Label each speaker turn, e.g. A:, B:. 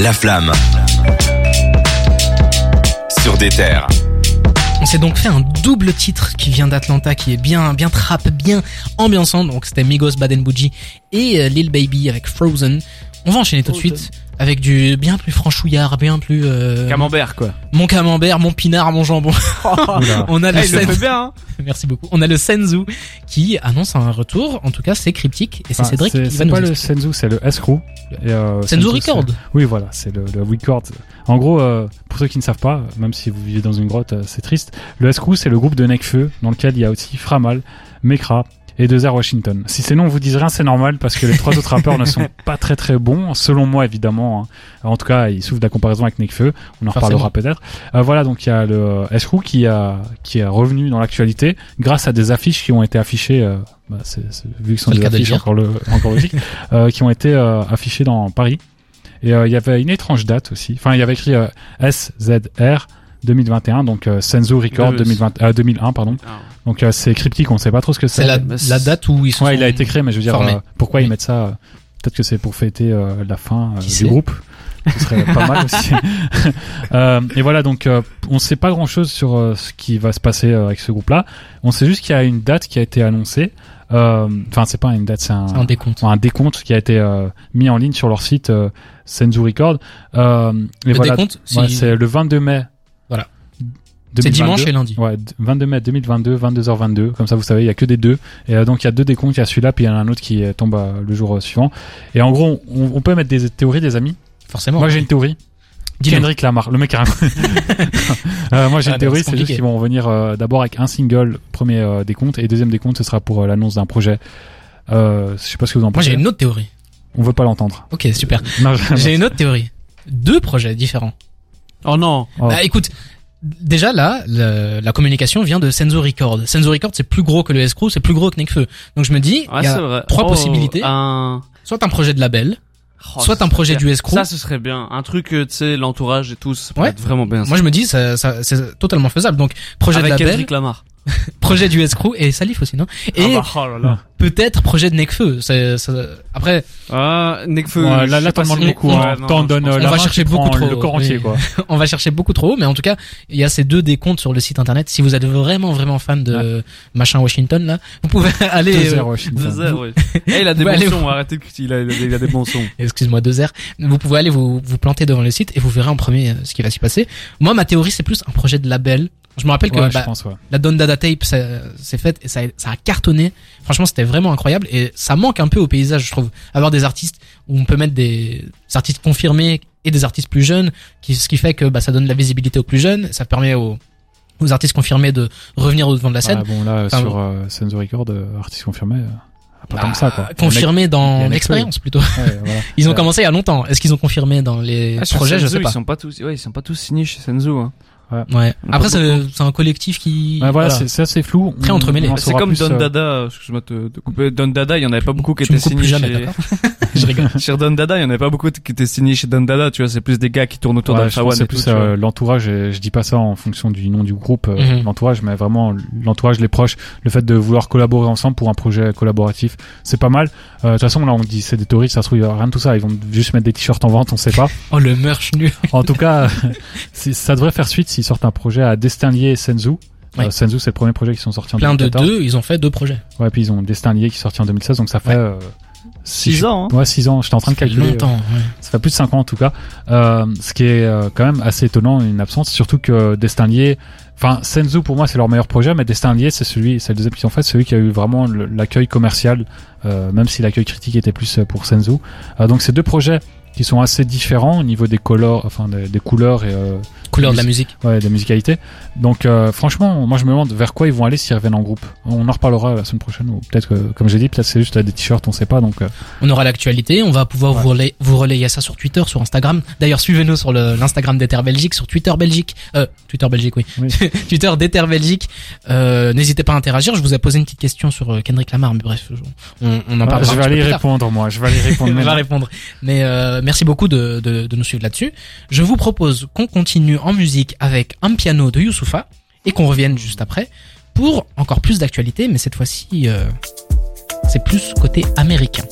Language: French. A: La flamme. Sur des terres.
B: On s'est donc fait un double titre qui vient d'Atlanta, qui est bien, bien trap, bien ambiançant. Donc c'était Migos, Baden Bougie et euh, Lil Baby avec Frozen. On va enchaîner tout de suite avec du bien plus franchouillard, bien plus euh,
C: Camembert quoi.
B: mon camembert, mon pinard, mon jambon.
D: Ah.
B: On a le
C: Eh, il le
B: Senzu-
C: fait bien. hein.
B: Merci beaucoup. On a le Senzu qui annonce un retour. En tout cas, c'est cryptique et c'est
D: Enfin,
B: Cédric qui va
D: C'est
B: nous
D: pas le
B: expliquer.
D: Senzu, c'est le Escrew. Et, euh,
B: Senzu
D: c'est-
B: Record.
D: Oui, voilà, c'est le, le record. En gros, euh, pour ceux qui ne savent pas, même si vous vivez dans une grotte, euh, c'est triste. Le Escrew, c'est le groupe de Necfeu dans lequel il y a aussi Framal, Mekra et Dezer Washington. Si ces noms vous disent rien, c'est normal parce que les trois autres rappeurs ne sont pas très très bons, selon moi évidemment. hein. En tout cas, ils souffrent de la comparaison avec Necfeu. On en
B: Forcément.
D: reparlera peut-être. Euh, voilà, donc il y a le euh, Escrew qui a qui est revenu dans l'actualité grâce à des affiches qui ont été affichées. euh, bah, c'est, c'est- vu que ce sont
B: C'est le
D: des
B: cas de le
D: affiches
B: dire.
D: encore, le, encore logiques, euh, qui ont été euh, affichées dans Paris. Et euh, il y avait une étrange date aussi. Enfin, il y avait écrit euh, SZR 2021, donc euh, Senzu Record
C: Deux.
D: 2020, euh, 2001, pardon. Donc euh, c'est cryptique, on sait pas trop ce que
B: C'est la,
C: bah,
B: la date où ils sont.
D: Ouais, il a été créé, mais je veux dire,
B: formés.
D: euh, pourquoi
B: Oui.
D: ils mettent ça euh, Peut-être que c'est pour fêter euh, la fin euh,
B: Qui
D: du
B: sait
D: groupe. Ce serait pas mal aussi. Euh, et voilà, donc euh, on sait pas grand-chose sur euh, ce qui va se passer euh, avec ce groupe-là. On sait juste qu'il y a une date qui a été annoncée. Euh, Enfin, c'est pas une date, c'est un,
B: C'est un décompte.
D: un décompte qui a été euh, mis en ligne sur leur site euh, Senzu Record. Euh, et
B: Le
D: voilà,
B: décompte, c'est
D: ouais, c'est le 22 mai.
B: Voilà. c'est
D: 2022.
B: dimanche et lundi.
D: Ouais, d- 22 mai 2022, 22h22. Comme ça, vous savez, il y a que des deux. Et euh, donc, il y a deux décomptes. Il y a celui-là, puis il y en a un autre qui euh, tombe euh, le jour euh, suivant. Et en gros, on, on peut mettre des théories, des amis.
B: Forcément.
D: Moi, j'ai une théorie.
B: Dis-le.
D: Kendrick Lamar, le mec a rien. Euh, moi, j'ai
B: Ah,
D: une
B: non,
D: théorie,
B: c'est
D: c'est juste
B: compliqué.
D: qu'ils vont revenir euh, d'abord avec un single, premier euh, décompte, et deuxième décompte, ce sera pour euh, l'annonce d'un projet. Euh, je sais pas ce que vous en
B: Moi,
D: pensez.
B: j'ai une autre théorie.
D: On veut pas l'entendre.
B: Ok, super.
D: Non, je-
B: J'ai une autre théorie. Deux projets différents.
C: Oh non.
D: Oh.
B: Bah écoute, déjà là, le- la communication vient de Senzo Record. Senzo Record, c'est plus gros que le escroc, c'est plus gros que Nekfeu. Donc je me dis,
C: Ouais,
B: il y a
C: c'est vrai.
B: trois
C: Oh,
B: possibilités.
C: Un...
B: soit un projet de label,
C: Oh,
B: soit
C: ça
B: un projet
C: serait
B: du
C: bien.
B: escroc.
C: Ça, ce serait bien. Un truc, euh, tu sais, l'entourage et tout, ça pourrait
B: Ouais.
C: être vraiment bien.
B: Moi je me dis, ça, ça- c'est totalement faisable. Donc projet
C: Avec
B: de label,
C: Kendrick Lamar.
B: projet du escroc et Salif aussi, non Et
C: Ah bah, oh là là.
B: peut-être projet de Nekfeu. C'est- ça- Après,
C: Ah, Nekfeu.
D: Ouais,
C: je
D: là,
C: sais
D: là, t'en
C: pas
D: demandes
C: si-
D: beaucoup.
C: Ouais,
D: hein.
C: non,
D: T'en
C: je
D: donnes
C: pense
D: euh,
C: pas.
D: la
B: On va
D: main, tu
B: chercher
D: prends
B: beaucoup
D: Le
B: trop,
D: corps entier,
B: oui.
D: quoi.
B: on va chercher beaucoup trop haut, mais en tout cas, il y a ces deux décomptes sur le site internet. Si vous êtes vraiment vraiment fan de machin Washington là, vous pouvez aller. euh,
D: 2-0 Washington.
C: Deux heures, ouais. Eh, il a des
B: Bah, allez,
C: bons sons, arrêtez de critiquer, il a, il a des- il a des bons sons.
B: excuse-moi deux airs, vous pouvez aller vous, vous planter devant le site et vous verrez en premier euh, ce qui va s'y passer. Moi, ma théorie, c'est plus un projet de label. Je me rappelle que
D: Ouais, je
B: bah,
D: pense, ouais.
B: la Don Dada Tape ça- s'est faite et ça, ça a cartonné. Franchement, c'était vraiment incroyable et ça manque un peu au paysage, je trouve. Avoir des artistes où on peut mettre des artistes confirmés et des artistes plus jeunes, qui, ce qui fait que bah, ça donne de la visibilité aux plus jeunes, ça permet aux, aux artistes confirmés de revenir au devant de la scène.
D: Ah, bon, là,
B: Enfin,
D: sur euh, Senzu Record, euh, artiste confirmé, euh, pas tant que ça, quoi.
B: Bah, Ah, Confirmés
D: il y a
B: dans
D: Nekfeu.
B: l'expérience plutôt.
D: Ouais, voilà.
B: Ils ont
D: Ouais.
B: commencé il y a longtemps. Est-ce qu'ils ont confirmé dans les
C: Ah, sur
B: projets Je
C: Senzu,
B: sais pas.
C: Ils sont pas tous, ouais, ils sont pas tous signés chez Senzu, hein.
B: Ouais.
C: On
B: Après,
C: peut
B: c'est c'est un collectif qui.
D: Ouais, voilà,
B: voilà.
D: c'est- c'est assez flou.
B: Très
D: On-
B: entremêlé.
D: on en
C: C'est
D: saura
C: comme
D: plus,
C: Don
D: euh,
C: Dada, euh, excuse-moi de te couper. Don Dada, il y en avait pas beaucoup qui
B: Tu me
C: étaient
B: coupes
C: signés
B: plus jamais,
C: chez...
B: d'accord Je rigole.
C: chez Don Dada, il y en avait pas beaucoup qui étaient signés chez Don Dada, tu vois, c'est plus des gars qui tournent autour
D: Ouais,
C: d'un
D: je pense que
C: Shawan
D: c'est
C: et tout.
D: plus
C: tu vois.
D: euh, l'entourage et je dis pas ça en fonction du nom du groupe euh,
B: Mhm.
D: l'entourage mais vraiment l'entourage les proches le fait de vouloir collaborer ensemble pour un projet collaboratif c'est pas mal Euh, de toute façon là on dit c'est des théories ça se trouve il y aura rien de tout ça ils vont juste mettre des t-shirts en vente on sait pas
B: Oh, le merch nu.
D: en tout cas si- ça devrait faire suite s'ils sortent un projet à Destin Lié et Senzu
B: Ouais.
D: Euh, Senzu c'est le premier projet qui sont sortis en
B: Plein de
D: 2014
B: deux, ils ont fait deux projets.
D: ouais puis ils ont Destin Lié qui est sorti en 2016 donc ça fait
B: Ouais.
D: 6
C: Six ans, hein.
D: ouais 6 ans j'étais en train de
B: Ça fait
D: calculer euh,
B: Longtemps. ouais.
D: ça fait plus de 5 ans en tout cas. Euh, ce qui est euh, quand même assez étonnant, une absence, surtout que Destin Lié, enfin Senzu pour moi c'est leur meilleur projet, mais Destin Lié c'est celui, c'est le deuxième qu'ils ont fait, celui qui a eu vraiment le- l'accueil commercial, euh, même si l'accueil critique était plus euh, pour Senzu. Euh, donc ces deux projets qui sont assez différents au niveau des couleurs, enfin des, des couleurs et euh,
B: Couleur de la musique.
D: ouais, des musicalités. Donc euh, franchement, moi je me demande vers quoi ils vont aller s'ils reviennent en groupe. On en reparlera la semaine prochaine ou peut-être que, comme j'ai dit, peut-être c'est juste euh, des t-shirts, on sait pas. Donc euh,
B: On aura l'actualité. On va pouvoir vous, relay- vous relayer ça sur Twitter, sur Instagram. D'ailleurs, suivez-nous sur le- l'Instagram d'Ether Belgique, sur Twitter Belgique. Euh, Twitter Belgique, oui.
D: Oui.
B: Twitter d'Ether Belgique. Euh, N'hésitez pas à interagir. Je vous ai posé une petite question sur euh, Kendrick Lamar, mais bref, on, on en
D: voilà,
B: parlera.
D: je
B: un petit peu
D: vais aller y
B: plus tard.
D: répondre moi, je vais aller y répondre.
B: On
D: maintenant.
B: va répondre. Mais euh, merci beaucoup de, de, de nous suivre là-dessus. Je vous propose qu'on continue en musique avec un piano de Youssoufa et qu'on revienne juste après pour encore plus d'actualité, mais cette fois-ci, euh, c'est plus côté américain.